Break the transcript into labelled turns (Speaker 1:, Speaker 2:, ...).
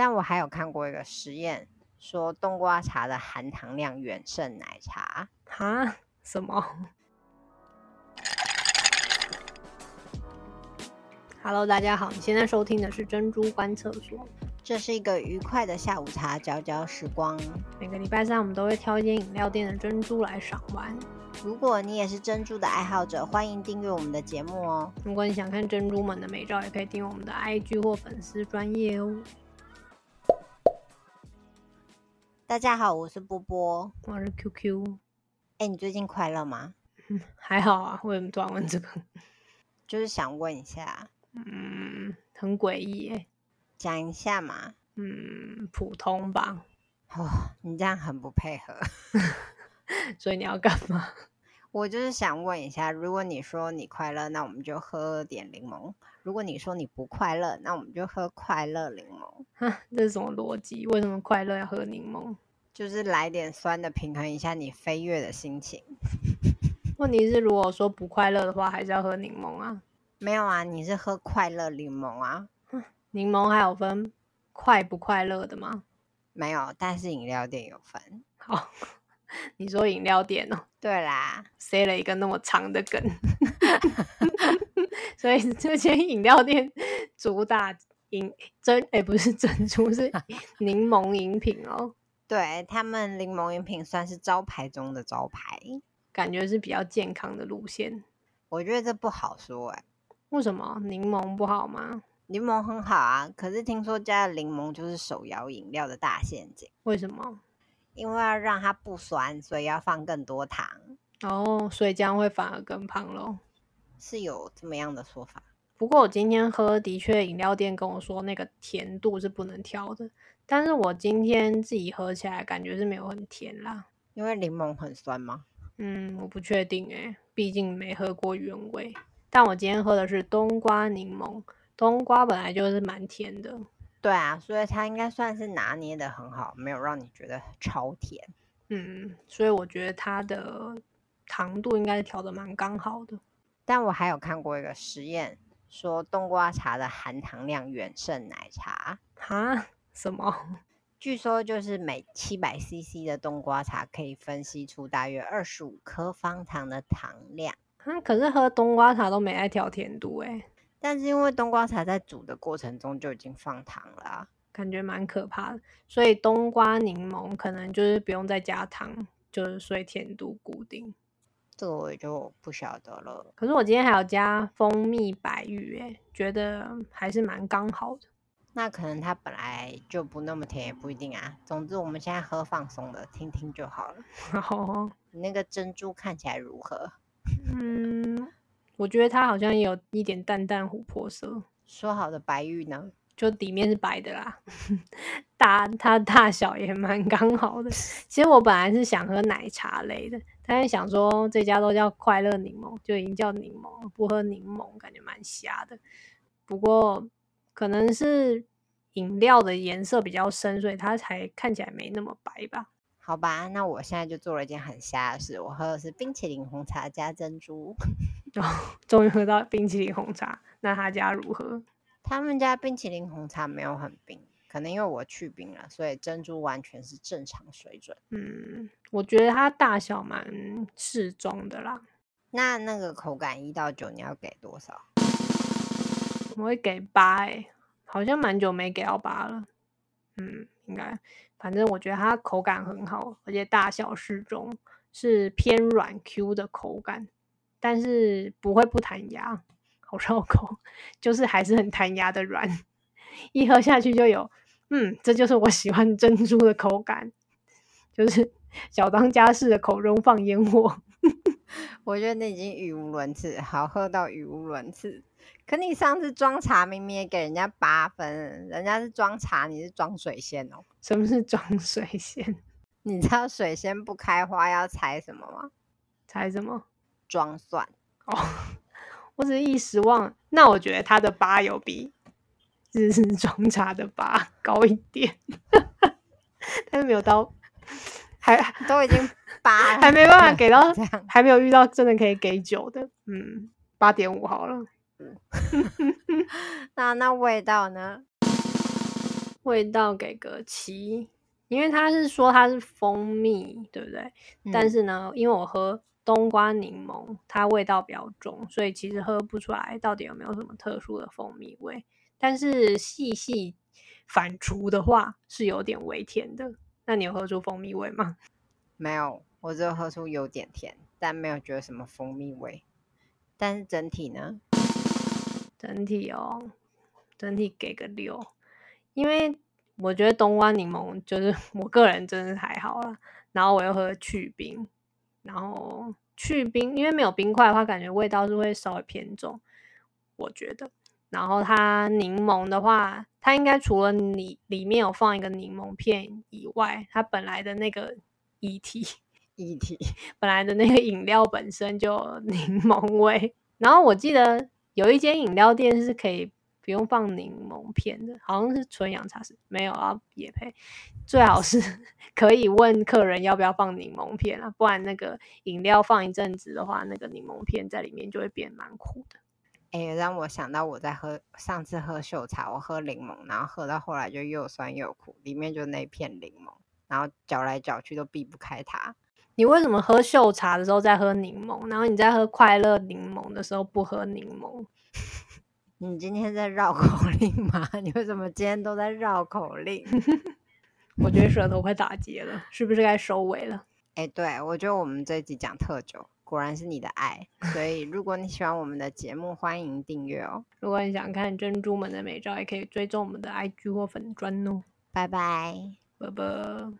Speaker 1: 但我还有看过一个实验，说冬瓜茶的含糖量远胜奶茶。
Speaker 2: 啊？什么？Hello，大家好，你现在收听的是珍珠观测所。
Speaker 1: 这是一个愉快的下午茶，嚼嚼时光。
Speaker 2: 每个礼拜三，我们都会挑一间饮料店的珍珠来赏玩。
Speaker 1: 如果你也是珍珠的爱好者，欢迎订阅我们的节目哦。
Speaker 2: 如果你想看珍珠们的美照，也可以订阅我们的 IG 或粉丝专业哦。
Speaker 1: 大家好，我是波波。
Speaker 2: 我是 QQ，
Speaker 1: 哎，你最近快乐吗？
Speaker 2: 还好啊，为什么突然问这个？
Speaker 1: 就是想问一下，
Speaker 2: 嗯，很诡异耶。
Speaker 1: 讲一下嘛。
Speaker 2: 嗯，普通吧。
Speaker 1: 哦，你这样很不配合。
Speaker 2: 所以你要干嘛？
Speaker 1: 我就是想问一下，如果你说你快乐，那我们就喝点柠檬；如果你说你不快乐，那我们就喝快乐柠檬，
Speaker 2: 哈，这是什么逻辑？为什么快乐要喝柠檬？
Speaker 1: 就是来点酸的，平衡一下你飞跃的心情。
Speaker 2: 问题是，如果说不快乐的话，还是要喝柠檬啊。
Speaker 1: 没有啊，你是喝快乐柠檬啊？
Speaker 2: 柠檬还有分快不快乐的吗？
Speaker 1: 没有，但是饮料店有分。
Speaker 2: 好， 你说饮料店哦，
Speaker 1: 对啦，
Speaker 2: 塞了一个那么长的梗， 所以这间饮料店主打饮珍，哎、不是珍珠，是柠檬饮品哦，
Speaker 1: 对他们柠檬饮品算是招牌中的招牌，
Speaker 2: 感觉是比较健康的路线。
Speaker 1: 我觉得这不好说哎、
Speaker 2: 为什么柠檬不好吗？
Speaker 1: 柠檬很好啊，可是听说加了柠檬就是手摇饮料的大陷阱，
Speaker 2: 为什么？
Speaker 1: 因为要让它不酸，所以要放更多糖，
Speaker 2: 哦，所以这样会反而更胖喽。
Speaker 1: 是有这么样的说法。
Speaker 2: 不过我今天喝的确，饮料店跟我说那个甜度是不能调的，但是我今天自己喝起来感觉是没有很甜啦。
Speaker 1: 因为柠檬很酸吗？
Speaker 2: 嗯，我不确定诶、毕竟没喝过原味。但我今天喝的是冬瓜柠檬，冬瓜本来就是蛮甜的，
Speaker 1: 对啊，所以它应该算是拿捏的很好，没有让你觉得超甜。
Speaker 2: 嗯，所以我觉得它的糖度应该是调的蛮刚好的。
Speaker 1: 但我还有看过一个实验，说冬瓜茶的含糖量远胜奶茶。
Speaker 2: 哈？ 什么？
Speaker 1: 据说就是每七百 CC 的冬瓜茶可以分析出大约二十五颗方糖的糖量，
Speaker 2: 啊，可是喝冬瓜茶都没爱调甜度欸诶、
Speaker 1: 但是因为冬瓜茶在煮的过程中就已经放糖了、啊，
Speaker 2: 感觉蛮可怕的。所以冬瓜柠檬可能就是不用再加糖，就是所以甜度固定。
Speaker 1: 这个我就不晓得了。
Speaker 2: 可是我今天还有加蜂蜜白玉，诶，觉得还是蛮刚好的。
Speaker 1: 那可能它本来就不那么甜，也不一定啊。总之我们现在喝放松的，听听就好了。
Speaker 2: 然后，
Speaker 1: 你那个珍珠看起来如何？
Speaker 2: 嗯，我觉得它好像也有一点淡淡琥珀色，
Speaker 1: 说好的白玉呢？
Speaker 2: 就底面是白的啦。 大它大小也蛮刚好的。其实我本来是想喝奶茶类的，但是想说这家都叫快乐柠檬，就已经叫柠檬了，不喝柠檬感觉蛮瞎的。不过可能是饮料的颜色比较深，所以它才看起来没那么白吧。
Speaker 1: 好吧，那我现在就做了一件很瞎的事，我喝的是冰淇淋红茶加珍珠。
Speaker 2: 终于喝到冰淇淋红茶，那他家如何？
Speaker 1: 他们家冰淇淋红茶没有很冰，可能因为我去冰了，所以珍珠完全是正常水准。
Speaker 2: 嗯，我觉得它大小蛮适中的啦，
Speaker 1: 那那个口感一到九，你要给多少？
Speaker 2: 我会给八诶、好像蛮久没给到八了。嗯，应该，反正我觉得它口感很好，而且大小适中，是偏软 Q 的口感，但是不会不弹牙，好绕口，就是还是很弹牙的软，一喝下去就有，嗯，这就是我喜欢珍珠的口感，就是小当家式的口中放烟火。
Speaker 1: 我觉得你已经语无伦次，好喝到语无伦次。可你上次装茶明明也给人家八分，人家是装茶，你是装水仙哦。
Speaker 2: 什么是装水仙？
Speaker 1: 你知道水仙不开花要采什么吗？
Speaker 2: 猜什么？
Speaker 1: 装蒜。
Speaker 2: 哦，我只是一时忘了。那我觉得他的八有比日式 装茶的八高一点， 但是没有到，还
Speaker 1: 都已经八了，
Speaker 2: 还没办法给到
Speaker 1: 这样。
Speaker 2: 还没有遇到真的可以给九的。嗯，八点五好了。
Speaker 1: 那那味道呢？
Speaker 2: 味道给个七，因为他是说它是蜂蜜，对不对？但
Speaker 1: 嗯
Speaker 2: 是呢，因为我喝冬瓜柠檬，它味道比较重，所以其实喝不出来到底有没有什么特殊的蜂蜜味。但是细细反刍的话，是有点微甜的。那你有喝出蜂蜜味吗？
Speaker 1: 没有，我只有喝出有点甜，但没有觉得什么蜂蜜味。但是整体呢，
Speaker 2: 整体哦，整体给个六，因为我觉得冬瓜柠檬就是 我个人真的是还好啦。然后我又喝去冰，然后去冰因为没有冰块的话，感觉味道是会稍微偏重，我觉得。然后它柠檬的话，它应该除了你里面有放一个柠檬片以外，它本来的那个液体
Speaker 1: 液体
Speaker 2: 本来的那个饮料本身就 有柠檬味。然后我记得有一间饮料店是可以不用放柠檬片的，好像是纯阳茶室，没有啊也配。最好是 可以问客人要不要放柠檬片啊，不然那个饮料放一阵子的话，那个柠檬片在里面就会变蛮苦的。
Speaker 1: 哎、让我想到我在喝上次喝秀茶，我喝柠檬，然后喝到后来就又酸又苦，里面就那片柠檬，然后搅来搅去都避不开它。
Speaker 2: 你为什么喝秀茶的时候在喝柠檬，然后你在喝快乐柠檬的时候不喝柠檬？
Speaker 1: 你今天在绕口 令吗？你为什么今天都在绕口令？
Speaker 2: 我觉得舌头快打结了，是不是该收尾了？
Speaker 1: 哎、对，我觉得我们这一集讲特酒，果然是你的爱。所以，如果你喜欢我们的节目，欢迎订阅哦。
Speaker 2: 如果你想看珍珠们的美照，也可以追踪我们的 IG 或粉砖哦。
Speaker 1: 拜拜。
Speaker 2: 拜拜。